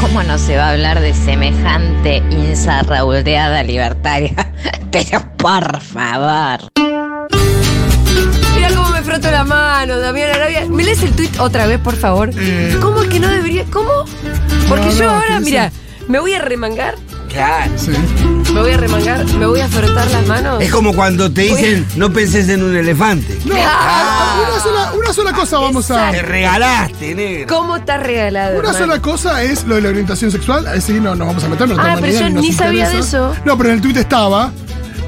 ¿Cómo no se va a hablar de semejante insarrauldeada libertaria? Pero por favor. Mira cómo me froto la mano, Damián Arabia. ¿Me lees el tuit otra vez, por favor? ¿Cómo que no debería? ¿Cómo? Porque Eh. No, yo no, ahora, que mira, me voy a remangar, Claro. Sí. me voy a remangar, me voy a frotar las manos. Es como cuando te dicen, no penses en un elefante. No, Ah. una, sola, una sola cosa vamos a. Te regalaste, negro. ¿Cómo está regalado? Una hermano? sola cosa es lo de la orientación sexual, ahí sí no nos vamos a meter, no Ah, tenemos pero idea, yo nos ni sabía de eso. No, pero en el tuit estaba.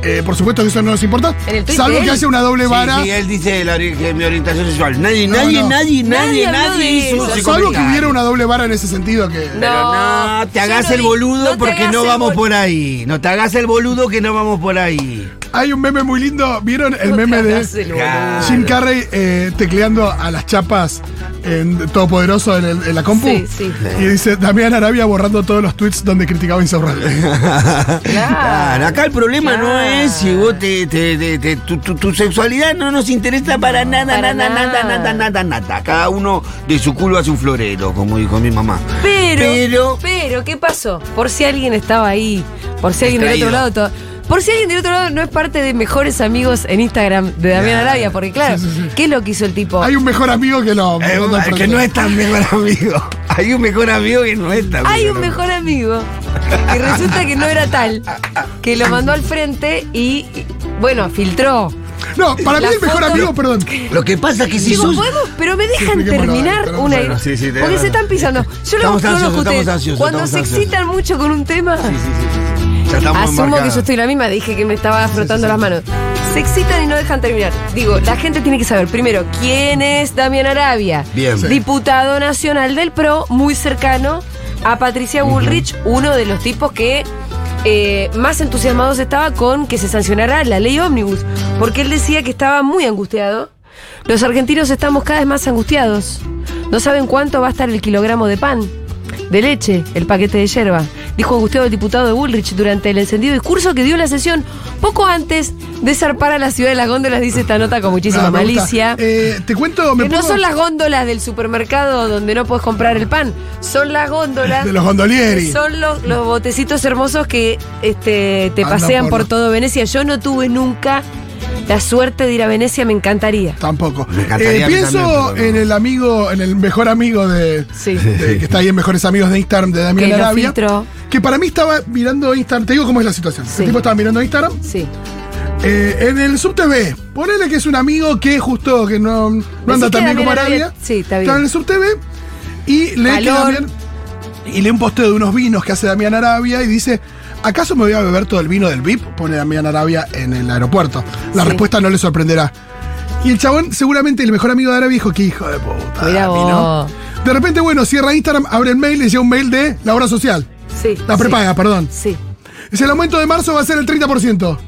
Eh, por supuesto que eso no nos importa. En el tuit de salvo él. que haya una doble vara. Sí, él dice la ori- que mi orientación sexual. Nadie, No, nadie, no. Nadie nadie, nadie, habló nadie de hizo un eso. Salvo que comentario. hubiera una doble vara en ese sentido que. No, te yo hagas no el vi- boludo no te porque hagas no el vamos bol- por ahí. No te hagas el boludo que no vamos por ahí. Hay un meme muy lindo. ¿Vieron el No meme te hagas el de boludo. Jim Carrey eh, tecleando a las chapas en Todopoderoso en, el- en la compu? Sí, sí. Y dice Damián Arabia borrando todos los tweets donde criticaba a Insaurralde. Claro, acá el problema no Claro. es si vos te, te- te- te- tu, tu- tu sexualidad no nos interesa para nada, para nada, nada, nada. nada, nada, nada. Cada uno de su culo a su florero, como dijo mi mamá. Pero, pero, Pero- ¿qué pasó? Por si alguien estaba ahí, por si alguien del otro lado, Distraído. to- por si alguien del otro lado no es parte de mejores amigos en Instagram de Damián Claro. Arabia, porque claro, Sí, sí, sí. ¿qué es lo que hizo el tipo? Hay un mejor amigo que lo. Eh, que no es tan mejor amigo. Hay un mejor amigo que no es tan Hay un amigo. mejor amigo que resulta que no era tal, que lo mandó al frente y, y, bueno, filtró. No, para mí La el mejor foto- amigo, perdón. Lo que pasa es que si Digo, sos... ¿podemos? Pero me dejan expliquémoslo, terminar dale, una bueno, sí, sí, tenés Porque se razón. están pisando. Yo lo Estamos no lo ansiosos, escuché. estamos ansiosos, Cuando estamos se ansiosos. excitan mucho con un tema, Sí, sí, sí, sí, sí. Ya estamos Asumo que embarcados. yo estoy la misma, dije que me estaba frotando las manos. Se excitan y no dejan terminar. Digo, la gente tiene que saber primero quién es Damián Arabia, Bien. Sí. diputado nacional del PRO, muy cercano a Patricia Bullrich, uno de los tipos que eh, más entusiasmados estaba con que se sancionara la ley ómnibus, porque él decía que estaba muy angustiado. Los argentinos estamos cada vez más angustiados. No saben cuánto va a estar el kilogramo de pan de leche, el paquete de yerba, dijo angustiado el diputado de Bullrich durante el encendido discurso que dio en la sesión poco antes de zarpar a la ciudad de las góndolas, dice esta nota con muchísima Ah, me gusta. malicia. Eh, te cuento, me que no pongo son las góndolas del supermercado donde no puedes comprar el pan, son las góndolas. de los gondolieri. Son los, los botecitos hermosos que este, te Andan pasean por, por- todo Venecia. Yo no tuve nunca la suerte de ir a Venecia, me encantaría. Tampoco. Me encantaría Eh, a mí pienso también, pero no. en el amigo, en el mejor amigo de, Sí. de- que está ahí en Mejores Amigos de Instagram de Damián Que lo Arabia. filtró. Que para mí estaba mirando Instagram. Te digo cómo es la situación. Sí. El tipo estaba mirando Instagram. Sí. eh, en el subte B. Ponele que es un amigo que justo que no, no anda que tan bien como Damián Arabia- Arabia. sí, está bien. Está en el subte B. Y lee que Calor. Damián- Y lee un posteo de unos vinos que hace Damián Arabia y dice. ¿Acaso me voy a beber todo el vino del VIP? Pone Damián Arabia en el aeropuerto. La Sí. respuesta no le sorprenderá. Y el chabón, seguramente el mejor amigo de Arabia, dijo: ¡Qué hijo de puta! Mirá Dami, Ah, ¿no?". vos. De repente, bueno, cierra Instagram, abre el mail y llega un mail de la obra social. Sí. La sí, prepaga, perdón. Sí. Dice, el aumento de marzo va a ser el 30%.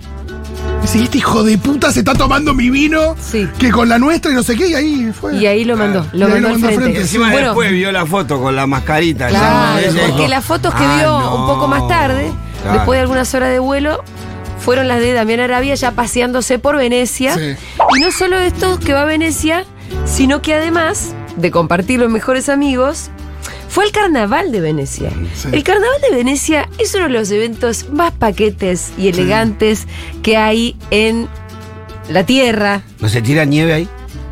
Dice, este hijo de puta se está tomando mi vino Sí. que con la nuestra y no sé qué, y ahí fue. Y ahí lo mandó, Ah. Y lo ahí mandó al frente. Y encima Bueno. después vio la foto con la mascarita. Claro, ya, ella porque dijo, las fotos que "Ah, vio no". un poco más tarde, Claro. después de algunas horas de vuelo, fueron las de Damián Arabia ya paseándose por Venecia. Sí. Y no solo esto que va a Venecia, sino que además de compartir los mejores amigos, fue el carnaval de Venecia. Sí. El carnaval de Venecia es uno de los eventos más paquetes y elegantes que hay en la tierra. ¿No se tira nieve ahí?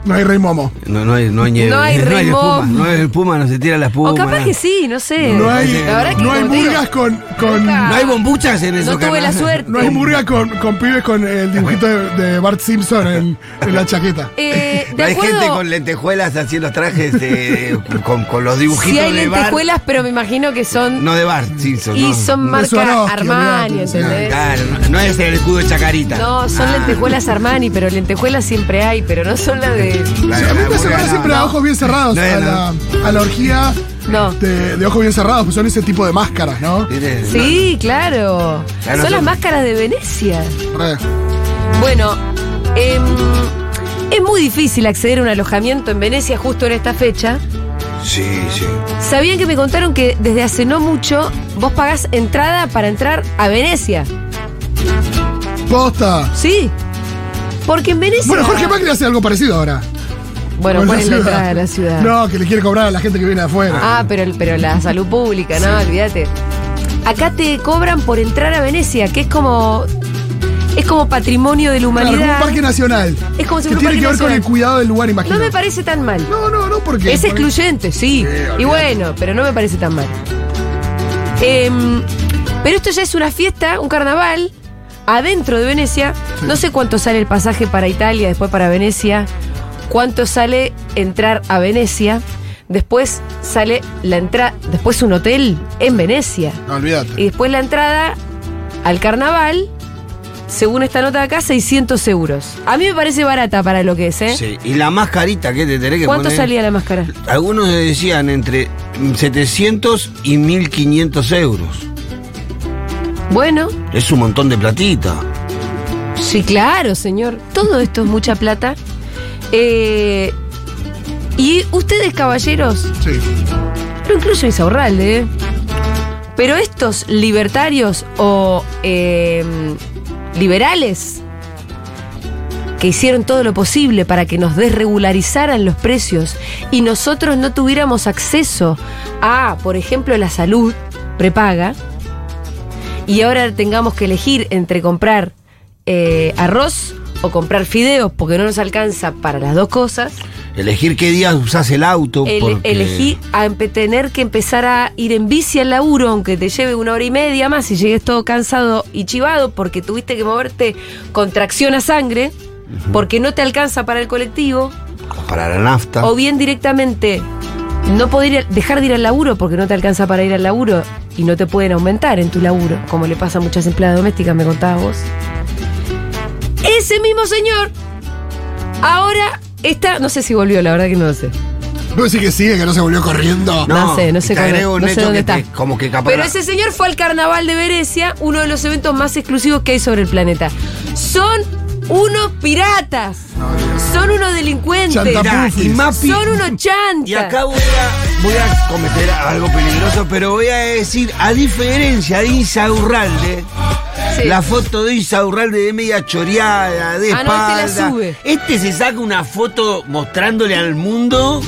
No hay rey momo. No, no hay, no hay nieve. No hay espuma. rimón. No hay espuma, no se tira la espuma. o capaz nada. que sí, no sé. No hay, La verdad que no hay como te digo, murgas con. con- Nunca. No hay bombuchas en no eso. tuve la suerte. no hay murga con, con pibes con el dibujito de, de Bart Simpson en, en la chaqueta. Eh, de No hay gente acuerdo- con lentejuelas haciendo trajes eh, con, con los Si dibujitos hay de Bart. lentejuelas, pero me imagino que son. No de Bart, Simpson. y no. son marca Swarovski, Armani, olvidate, ¿entendés? Claro, no, no es el escudo de Chacarita. No, son Ah, lentejuelas Armani, pero lentejuelas siempre hay, pero no son las de. la- Sí, la a mí me hace burga mal no, siempre a no. ojos bien cerrados, No, a, no. la, a la orgía No. de, de ojos bien cerrados, pues son ese tipo de máscaras, ¿no? Ah, Tiene- Sí, claro. Claro, Son las son- máscaras de Venecia. Re. Bueno, em, es muy difícil acceder a un alojamiento en Venecia justo en esta fecha. Sí, sí. Sabían que me contaron que desde hace no mucho vos pagás entrada para entrar a Venecia. Posta. Sí. Porque en Venecia. Bueno, Jorge Macri hace algo parecido ahora. Bueno, con ¿cuál es la entrada de la ciudad? No, que le quiere cobrar a la gente que viene de afuera. Ah, pero, el- pero la salud pública, no, olvídate. Acá te cobran por entrar a Venecia, que es como. Es como patrimonio de la Claro, humanidad. como un parque nacional. Es como si que fuera un tiene parque que ver con nacional. el cuidado del lugar, imagino. no me parece tan mal. No, no, no, porque. es porque- excluyente, sí. y olvídate. bueno, pero no me parece tan mal. Em, pero esto ya es una fiesta, un carnaval, adentro de Venecia. No sé cuánto sale el pasaje para Italia, después para Venecia. Cuánto sale entrar a Venecia. Después sale la entrada, después un hotel en Venecia. No, olvídate. Y después la entrada al carnaval, según esta nota de acá, 600 euros. A mí me parece barata para lo que es, ¿eh? Sí, y la mascarita que te tenés que ¿Cuánto poner. salía la máscara? Algunos decían entre 700 y 1500 euros. Bueno, Es un montón de platita. sí, claro, señor. Todo esto es mucha plata. Eh, y ustedes, caballeros, Sí. lo incluyo a Insaurralde, ¿eh? Pero estos libertarios o eh, liberales que hicieron todo lo posible para que nos desregularizaran los precios y nosotros no tuviéramos acceso a, por ejemplo, la salud prepaga, y ahora tengamos que elegir entre comprar eh, arroz o comprar fideos porque no nos alcanza para las dos cosas. Elegir qué días usás el auto. El- porque- Elegí a empe- tener que empezar a ir en bici al laburo, aunque te lleve una hora y media más y llegues todo cansado y chivado porque tuviste que moverte con tracción a sangre, porque no te alcanza para el colectivo, Para la nafta. o bien directamente no poder ir- dejar de ir al laburo porque no te alcanza para ir al laburo y no te pueden aumentar en tu laburo, como le pasa a muchas empleadas domésticas, me contabas vos. Ese mismo señor, ahora está, no sé si volvió, la verdad que no lo sé. No sé que sigue, que no se volvió corriendo. No sé, no sé te cómo- agrego un no sé hecho dónde que te- está. como que capaz. Pero ese señor fue al carnaval de Venecia, uno de los eventos más exclusivos que hay sobre el planeta. Son unos piratas. Son unos delincuentes. Chanta- Mirá, y más pi- Son unos chantas. Y acá voy a, voy a cometer algo peligroso, pero voy a decir, a diferencia de Insaurralde, Sí. la foto de Insaurralde de media choreada, de Ah, no, espalda. este la sube. Este se saca una foto mostrándole al mundo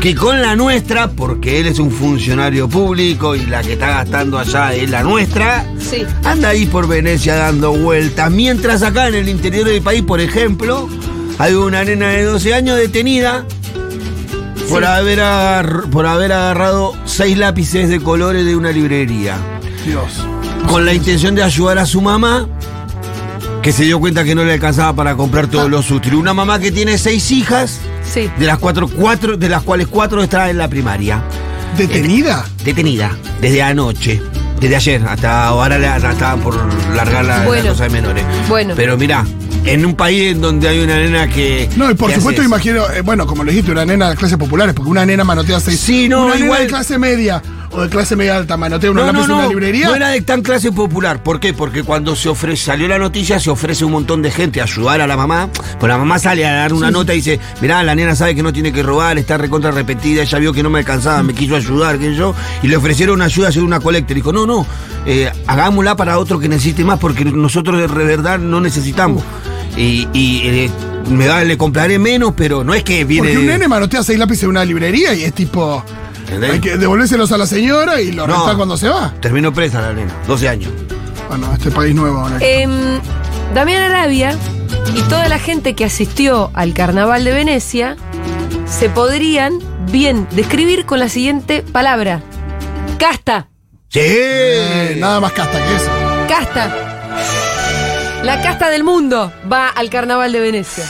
que con la nuestra, porque él es un funcionario público y la que está gastando allá es la nuestra. Sí. Anda ahí por Venecia dando vueltas. Mientras acá en el interior del país, por ejemplo, hay una nena de 12 años detenida por, haber agar- por haber agarrado seis lápices de colores de una librería. Dios. Con la intención de ayudar a su mamá, que se dio cuenta que no le alcanzaba para comprar todos los útiles. Una mamá que tiene seis hijas, Sí. de las, cuatro, cuatro, de las cuales cuatro están en la primaria ¿Detenida? detenida desde anoche. Desde ayer hasta ahora la, la estaban por largar la, la Bueno. cosa de menores. Bueno. Pero mirá, en un país en donde hay una nena que. No, y por que supuesto, hace eso. imagino, eh, bueno, como lo dijiste, una nena de clases populares, porque una nena manotea seis. Sí, no, una igual- Nena de clase media o de clase media alta manotea una No, lápiz no, en una no, librería. no era de tan clase popular. ¿Por qué? Porque cuando se ofrece, salió la noticia, se ofrece un montón de gente a ayudar a la mamá. Pues la mamá sale a dar una nota y dice, mirá, la nena sabe que no tiene que robar, está recontra repetida, ella vio que no me alcanzaba, me quiso ayudar, qué sé yo. Y le ofrecieron ayuda a hacer una colecta. Y Dijo, no, no, eh, hagámosla para otro que necesite más, porque nosotros de verdad no necesitamos. Y, y, eh, me da, le compraré menos, pero no es que viene... Porque un nene manotea seis lápices en una librería y es tipo. ¿Entendés? Hay que devolvérselos a la señora y lo ¿Eh? No. resta cuando se va. Terminó presa la nena, 12 años. Bueno, este país nuevo ahora. Em, Damián Arabia y toda la gente que asistió al carnaval de Venecia se podrían bien describir con la siguiente palabra. Casta. Sí. Eh, nada más casta que eso. Casta. La casta del mundo va al carnaval de Venecia.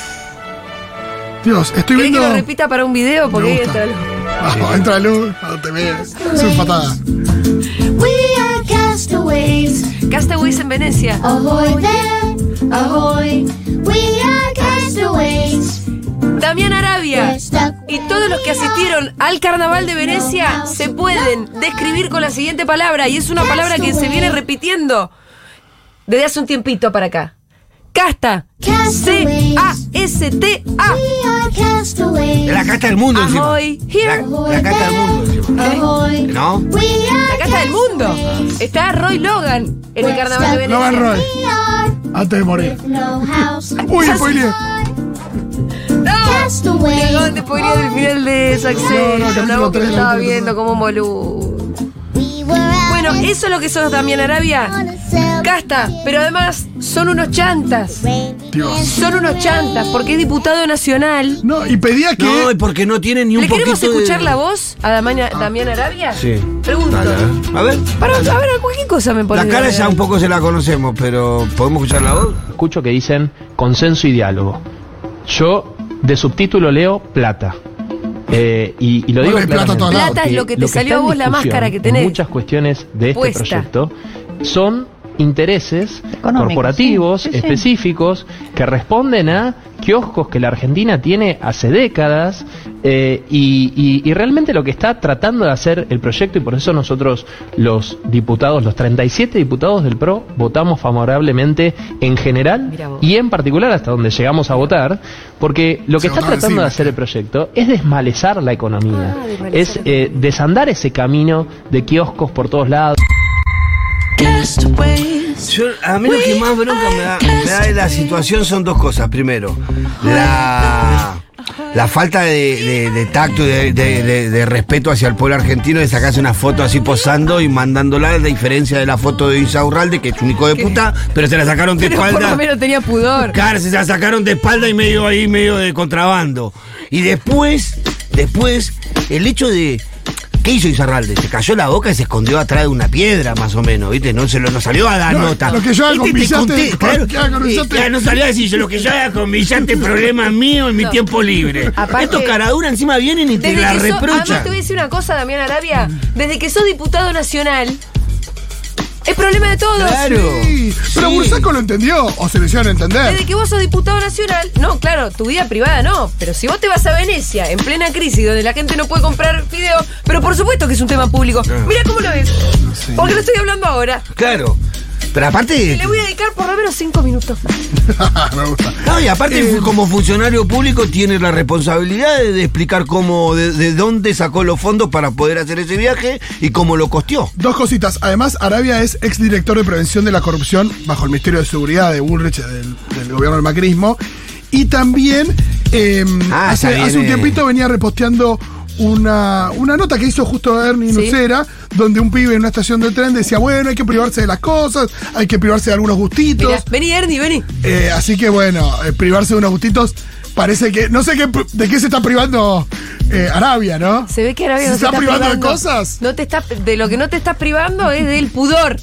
Dios, estoy ¿Querés viendo. que lo repita para un video? Porque Me ahí gusta. entra lo- Ah, entra luz, no te ves. Sin patada. We are castaways. Castaways en Venecia. Ahoy there, ahoy. We are castaways. Damián Arabia. We're stuck Y todos los que asistieron al carnaval de Venecia se pueden describir con la siguiente palabra. Y es una palabra que se viene repitiendo desde hace un tiempito para acá. Casta. ah. C-A-S-T-A. We are castaways. De la casta del mundo encima. Ahoy, La, here. la casta del mundo encima. Ahoy. ¿No? We are ¿Eh? La casta del mundo. Eh, Está Roy Logan en el carnaval de No va Venecia. Roy, We are Ah. antes de morir. no house. Uy, spoiler. Castaway. Cagón, te podría del final de Succession. No, no, capítulo la voz que tres, estaba capítulo viendo tres. como un boludo. We were out Bueno, eh, in- eso es lo que sos, Damián on Arabia. a sailboat. Casta, pero además son unos chantas. Rain began Dios. Son unos chantas, porque es diputado nacional. No, y pedía que. No, y porque no tiene ni un ¿Le poquito queremos escuchar de... la voz a Damián Damián Arabia? Sí. Pregunto. Dale, a ver. Para, a ver, cualquier cosa me pone. La cara Damián ya un Arabia. poco se la conocemos, pero ¿podemos escuchar la voz? Escucho que dicen consenso y diálogo. Yo de subtítulo leo plata. Eh, y, y lo Bueno, digo hay plata claramente, a todos lados. Plata es lo que porque te está salió a en vos la discusión máscara que en tenés Muchas cuestiones de este puesta. proyecto son intereses corporativos específicos que responden a kioscos que la Argentina tiene hace décadas eh, y, y- y realmente lo que está tratando de hacer el proyecto y por eso nosotros los diputados, los 37 diputados del PRO votamos favorablemente en general Mirá vos. y en particular hasta donde llegamos a votar porque lo que Se está votaron tratando encima. de hacer el proyecto es desmalezar la economía, Ah, desmalezar es la eh, desandar ese camino de kioscos por todos lados. Yo, a mí lo que más bronca me da, me da de la situación son dos cosas. Primero, la, la falta de, de- de tacto y de, de- de- de respeto hacia el pueblo argentino de sacarse una foto así posando y mandándola, a diferencia de la foto de Isaurralde, que es un hijo de puta, pero se la sacaron de Pero por espalda. lo menos tenía pudor. Claro, se la sacaron de espalda y medio ahí, medio de contrabando. Y después, después, el hecho de. ¿Qué hizo Izarralde? Se cayó la boca y se escondió atrás de una piedra, más o menos, ¿viste? No se lo no salió a dar No, nota. lo que yo haga con Este te Villate, conté, lo que haga con eh, Villate. claro, no salió a decir yo lo que yo haga con Villante, problema mío en mi tiempo libre. Aparte- Estos caraduras encima vienen y te Desde la que sos- reprochan. además te voy a decir una cosa, Damián Arabia. Desde que sos diputado nacional, es problema de todos. Claro. Sí, Pero Sí. Bursaco lo entendió, o se lo hicieron entender. Desde que vos sos diputado nacional, no, claro, tu vida privada no, pero si vos te vas a Venecia en plena crisis donde la gente no puede comprar fideos, pero por supuesto que es un tema público. Mira cómo lo es. Porque lo estoy hablando ahora. Claro. Pero Y aparte. le voy a dedicar por lo menos cinco minutos. Me gusta. No, y aparte como funcionario público tiene la responsabilidad de, de explicar cómo, de, de dónde sacó los fondos para poder hacer ese viaje y cómo lo costeó. Dos cositas. Además, Arabia es exdirector de prevención de la corrupción bajo el Ministerio de Seguridad de Bullrich, del, del gobierno del macrismo. Y también, eh, Ah, hace, ya hace un viene. tiempito venía reposteando una, una nota que hizo justo Ernie Sí. Nucera, donde un pibe en una estación de tren decía, bueno, hay que privarse de las cosas, hay que privarse de algunos gustitos. Mirá, vení, Ernie, vení. Eh, así que bueno, eh, privarse de unos gustitos parece que. No sé qué, de qué se está privando eh, Arabia, ¿no? Se ve que Arabia ¿Se no está privando de cosas? No te está, de lo que no te estás privando es del pudor.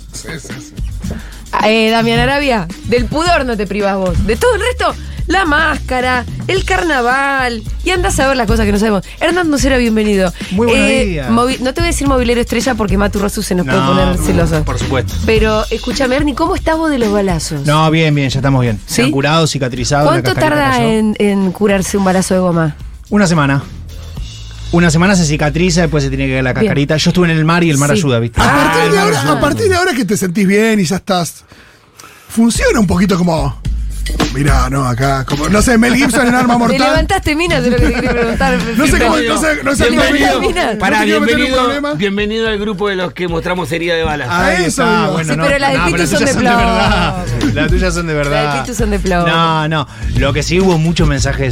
Eh, Damián Arabia, del pudor no te privas vos. De todo el resto, la máscara, el carnaval. Y andás a ver las cosas que no sabemos. Hernán Nocera, bienvenido. Eh, Muy buenos días. movi- No te voy a decir movilero estrella porque Matu Rosu se nos puede poner celoso. por supuesto. Pero escúchame, Ernie, ¿cómo estás vos de los balazos? No, bien, bien, ya estamos bien. ¿Sí? Se han curado, cicatrizados. la ¿Cuánto cascarita tarda cayó. en, en curarse un balazo de goma? Una semana. Una semana se cicatriza, después se tiene que ver la cascarita. Yo estuve en el mar y el mar Sí. ayuda, ¿viste? A partir, de Ah, ahora, a partir de ahora que te sentís bien y ya estás. Funciona un poquito como. Mira, no, acá. Como, no sé, Mel Gibson en arma Te mortal. levantaste minas de lo que te quería preguntar. No sé cómo. No sé, no sé Bienvenido. cómo- Bienvenido. no Pará, me quiero meter en un problema. bienvenido al grupo de los que mostramos herida de balas. Ah, Ahí eso está, digo. bueno, Sí, no, pero las de no, Pitu pero son tuyas de son de plomo. verdad. Las tuyas son de verdad. Las de Pitu son de plomo. No, no. Lo que sí hubo mucho mensaje de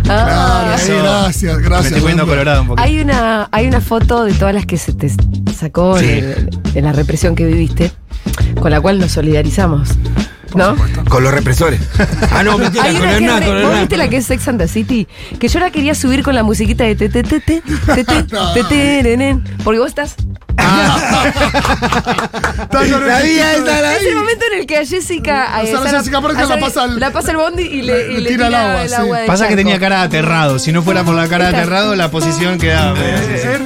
Ah. Eh, Claro, ahí, gracias, Me gracias. estoy poniendo colorado un poquito. Hay una, hay una foto de todas las que se te sacó Sí. de, de la represión que viviste, con la cual nos solidarizamos. ¿No? Con los represores. Ah, no, mentira, Hay con una que Hernán, re- con ¿Vos Hernán. viste la que es Sex and the City? Que yo la quería subir con la musiquita de te te te te te te te te nenen, Porque vos estás. La vida está la Es el momento en el que a Jessica. a O sea, la Sara- Jessica Parker a Sara- la pasa al- la pasa al bondi y le- le, y le le tira al agua, el sí. agua del Pasa que charco. tenía cara de aterrado. Si no fuera por la cara de Está. aterrado, la posición quedaba.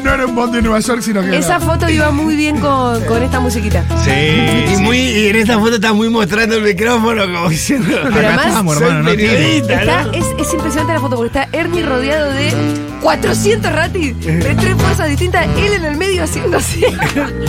No era un bond de Nueva York, sino que. Esa era- foto iba muy bien con, con esta musiquita. Sí. Y, muy, y en esta foto está muy mostrando el micrófono como diciendo. Pero Acá además- estamos, hermano. soy No tiene. periodista, Está- ¿no? es, es impresionante la foto porque está Ernie rodeado de 400 ratis Eh. de tres fuerzas distintas, él en el medio haciendo así.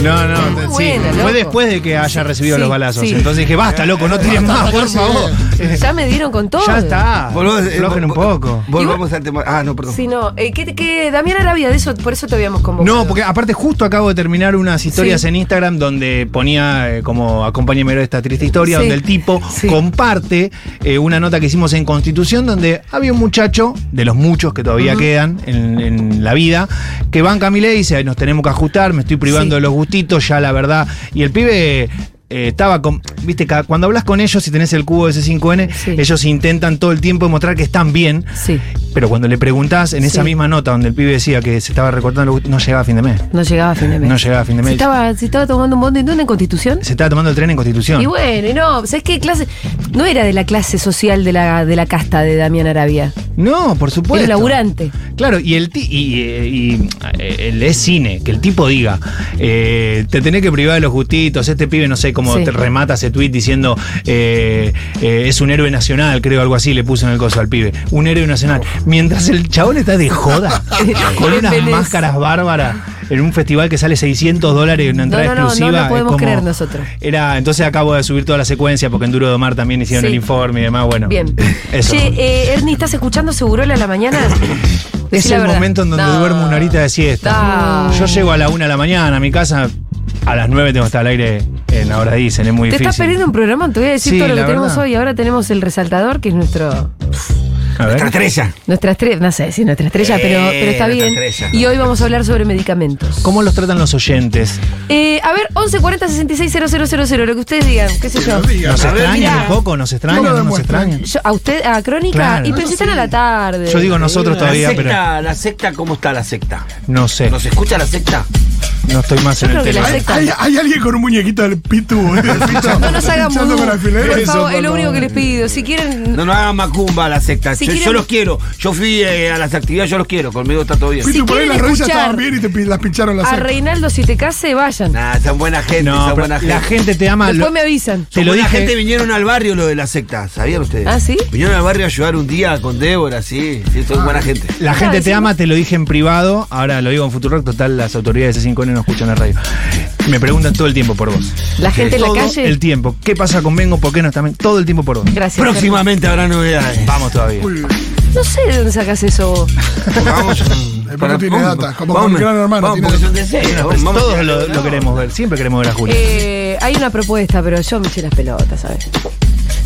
No, no, Muy sí. buena, loco. fue después de que haya recibido Sí, los balazos. sí. Entonces dije, basta, loco, no tires más, por favor. ya me dieron con todo. Ya está. Volvamos, eh, Flojen un vol- vol- poco. Volvamos al tema. Ah, no, perdón. Sí, no. Eh, ¿qué, qué, Damián Arabia, de eso, por eso te habíamos convocado. No, porque aparte justo acabo de terminar unas historias Sí. en Instagram donde ponía eh, como acompáñeme a ver esta triste historia, Sí. donde el tipo Sí. comparte eh, una nota que hicimos en Constitución donde había un muchacho, de los muchos que todavía quedan en, en la vida, que banca a mi ley y dice, "Ay, nos tenemos que ajustar, me estoy privando Sí. de los gustitos, ya la verdad. Y el pibe... eh, estaba con, viste, cada- cuando hablas con ellos y tenés el cubo de ese 5N, Sí. ellos intentan todo el tiempo demostrar que están bien, Sí, pero cuando le preguntás en esa Sí. misma nota donde el pibe decía que se estaba recortando, los gustos, no llegaba a fin de mes. no llegaba a fin de mes. No llegaba a fin de Se mes. estaba, se estaba tomando un bondi, ¿dónde en Constitución? Se estaba tomando el tren en Constitución. Y bueno, y no, ¿sabes qué clase? No era de la clase social de la, de la casta de Damián Arabia. no, por supuesto. Era laburante. Claro, y el ti- y, eh, y, eh, el es cine, que el tipo diga, eh, te tenés que privar de los gustitos, este pibe, no sé, cómo Sí. te remata ese tuit diciendo, eh, eh, es un héroe nacional, creo, algo así, le puso en el coso al pibe, un héroe nacional. Mientras el chabón está de joda, con En unas Vélez. máscaras bárbaras, en un festival que sale 600 dólares en una entrada No, no, no, no exclusiva. lo es podemos como- creer nosotros. Era, entonces acabo de subir toda la secuencia, porque en Duro de Mar también hicieron Sí. el informe y demás, bueno. Bien. Eso. Che, eh, Ernie, ¿estás escuchando Segurola a la mañana? Es Decí la el verdad. momento en donde No. duermo una horita de siesta. No. Yo llego a la una de la mañana a mi casa, a las nueve tengo que estar al aire en ahora dicen, es muy Te difícil. estás perdiendo un programa, te voy a decir Sí, todo lo que la tenemos verdad. hoy. Ahora tenemos el resaltador, que es nuestro A ver. Nuestra estrella. nuestra estrella, no sé si nuestra estrella, Eh, pero, pero está nuestra bien. estrella, y no, hoy vamos a hablar sobre medicamentos. ¿Cómo los tratan los oyentes? Eh, a ver, 1140 000, lo que ustedes digan, qué sé yo. No digas. ¿Nos A ver, extrañan mirá. un poco? ¿Nos extrañan? No lo ¿No nos demuestran. extrañan? Yo- a usted, a Crónica, Claro. y pensé están a la tarde. Yo digo nosotros todavía, la, pero secta, la secta, ¿cómo está la secta? no sé. ¿Nos escucha la secta? No estoy más Yo en el creo que tema. la ¿Hay, secta. hay- hay alguien con un muñequito del pitu. del pitu, No nos hagan pinchando vudú, con alfileres? Por Eso, favor, es lo favor. único que les pido. Si quieren, No nos hagan macumba la secta. Si yo, yo quieren- los quiero. Yo fui eh, a las actividades, yo los quiero. Conmigo está todo bien. Pitu, por ahí quieren las rodillas escuchar estaban bien y te pi- las pincharon las a cejas. Reinaldo, si te case, vayan. Nah, son buena gente, No, son pero buena la gente te ama. Después lo- me avisan. Te Son lo buena dije. gente vinieron al barrio lo de la secta, ¿sabían ustedes? ¿Ah, sí? Vinieron al barrio a ayudar un día con Débora, sí, sí, son Ah. buena gente. La Claro, gente te decimos- ama, te lo dije en privado, ahora lo digo en Futuro total las autoridades de 5N no escuchan la radio. Me preguntan todo el tiempo por vos. La gente en la Todo calle. el tiempo. ¿Qué pasa con Vengo? ¿Por qué no están? Todo el tiempo por vos. Gracias. Próximamente habrá novedades. Vamos todavía. Uy, Fer. No sé de dónde sacas eso vos. Vamos. El Paco tiene data, como con Gran Hermano, Vamos, tiene porque data. son de cera, vamos, Pues vamos a todos tirar lo, data. lo queremos ver, siempre queremos ver a Julia. Eh, hay una propuesta, pero yo me eché las pelotas, ¿sabes?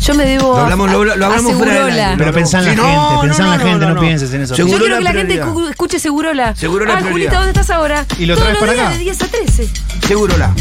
Yo me debo. Lo a- hablamos, lo, lo a hablamos fuera del Segurola. aire. Pero Lo pensá en la hablamos. gente, pensá en la gente, no pienses en eso. Yo Seguro quiero que la gente prioridad. escu- escuche Segurola. Segurola Ah, prioridad. Julita, ¿dónde estás ahora? Y lo Todos traes los para días acá. de 10 a 13. Seguro la.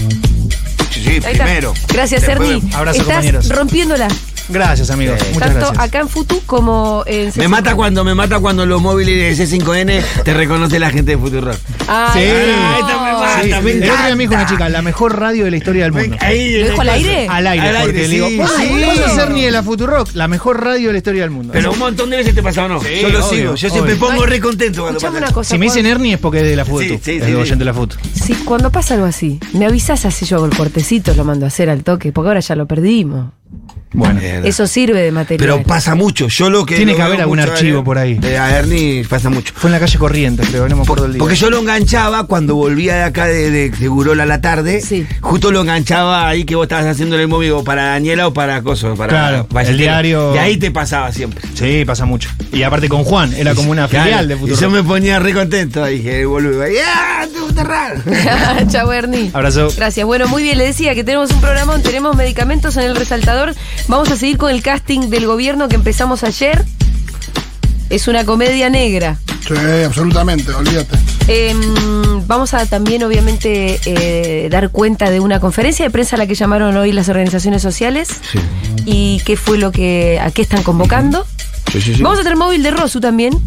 Sí, sí, Ahí está. primero. Gracias, Después Ernie. vemos. Abrazo, Estás compañeros. rompiéndola. Gracias, amigos. Muchas eh, Tanto gracias. acá en Futu como en Me César. mata cuando me mata cuando los móviles de C5N te reconoce la gente de Futuro. Ay, no. esta me mata, me El otro día me dijo una encanta. chica, la mejor radio de la historia del mundo. Ahí, ¿Lo dijo al aire? Al aire, Al porque aire, le digo, sí, vos sí. no vas a ser ni de la Futurock, la mejor radio de la historia del mundo. Pero un montón de veces te pasa o no. yo lo obvio, sigo. Yo siempre obvio. pongo re contento cuando Escuchame pasa. una cosa. si me dicen cuando- Ernie es porque es de la Futu, Sí, sí, es sí, de sí. oyente de la Futu. eh. Sí, cuando pasa algo así, me avisas así yo hago el cortecito, lo mando a hacer al toque, porque ahora ya lo perdimos. Bueno. Mierda. Eso sirve de material. Pero pasa mucho. Yo lo que. Tiene lo que veo haber algún mucho a archivo Ernie- por ahí. eh, a Ernie pasa mucho. Fue en la calle Corrientes, creo, no me acuerdo el día. Porque yo lo enganchaba cuando volvía de acá de, de, de Gurola a la tarde. Sí. Justo lo enganchaba ahí que vos estabas haciendo el móvil o para Daniela o para Coso. Para Claro, Ballesteros. el diario- Y ahí te pasaba siempre. Sí, pasa mucho. Y aparte con Juan, era como una Claro. filial de Y yo Futurock. me ponía re contento. Dije, boludo. ahí, ¡Ah! ¡Te gusta raro! Chau, Ernie. Abrazo. Gracias. Bueno, muy bien, le decía que tenemos un programa, donde tenemos medicamentos en el resaltador. Vamos a seguir con el casting del gobierno que empezamos ayer. Es una comedia negra. Sí, absolutamente, olvídate. Eh, vamos a también, obviamente, eh, dar cuenta de una conferencia de prensa a la que llamaron hoy las organizaciones sociales Sí. y qué fue lo que, a qué están convocando. Sí, sí, sí. Vamos a tener móvil de Rosu también.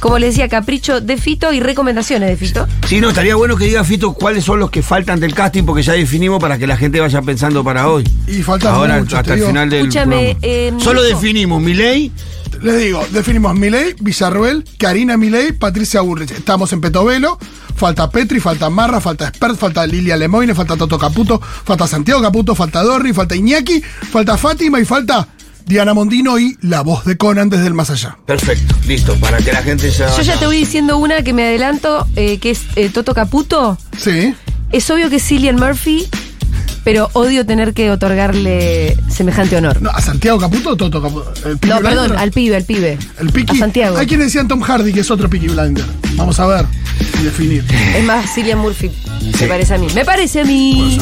Como les decía, capricho de Fito y recomendaciones de Fito. Sí, no, estaría bueno que diga Fito cuáles son los que faltan del casting porque ya definimos para que la gente vaya pensando para hoy. Y faltan Ahora muchos, hasta te el digo. final del Escúchame, programa. eh, Solo Nico. definimos Milei, Les digo, definimos Milei, Villarruel, Karina Milei, Patricia Bullrich. Estamos en Petovelo, falta Petri, falta Marra, falta Spert, falta Lilia Lemoine, falta Toto Caputo, falta Santiago Caputo, falta Dorri, falta Iñaki, falta Fátima y falta Diana Mondino y la voz de Conan desde el más allá. Perfecto, listo, para que la gente ya. Yo ya te voy diciendo una que me adelanto, eh, que es eh, Toto Caputo. Sí. Es obvio que es Cillian Murphy, pero odio tener que otorgarle semejante honor. No, ¿A Santiago Caputo o Toto Caputo? El Peaky No, Blinder. perdón, al pibe, al pibe. El Peaky- A Santiago. Hay quienes decían Tom Hardy, que es otro Picky Blinder. Vamos a ver y definir. Es más, Cillian Murphy, me parece a mí. Me parece a mí.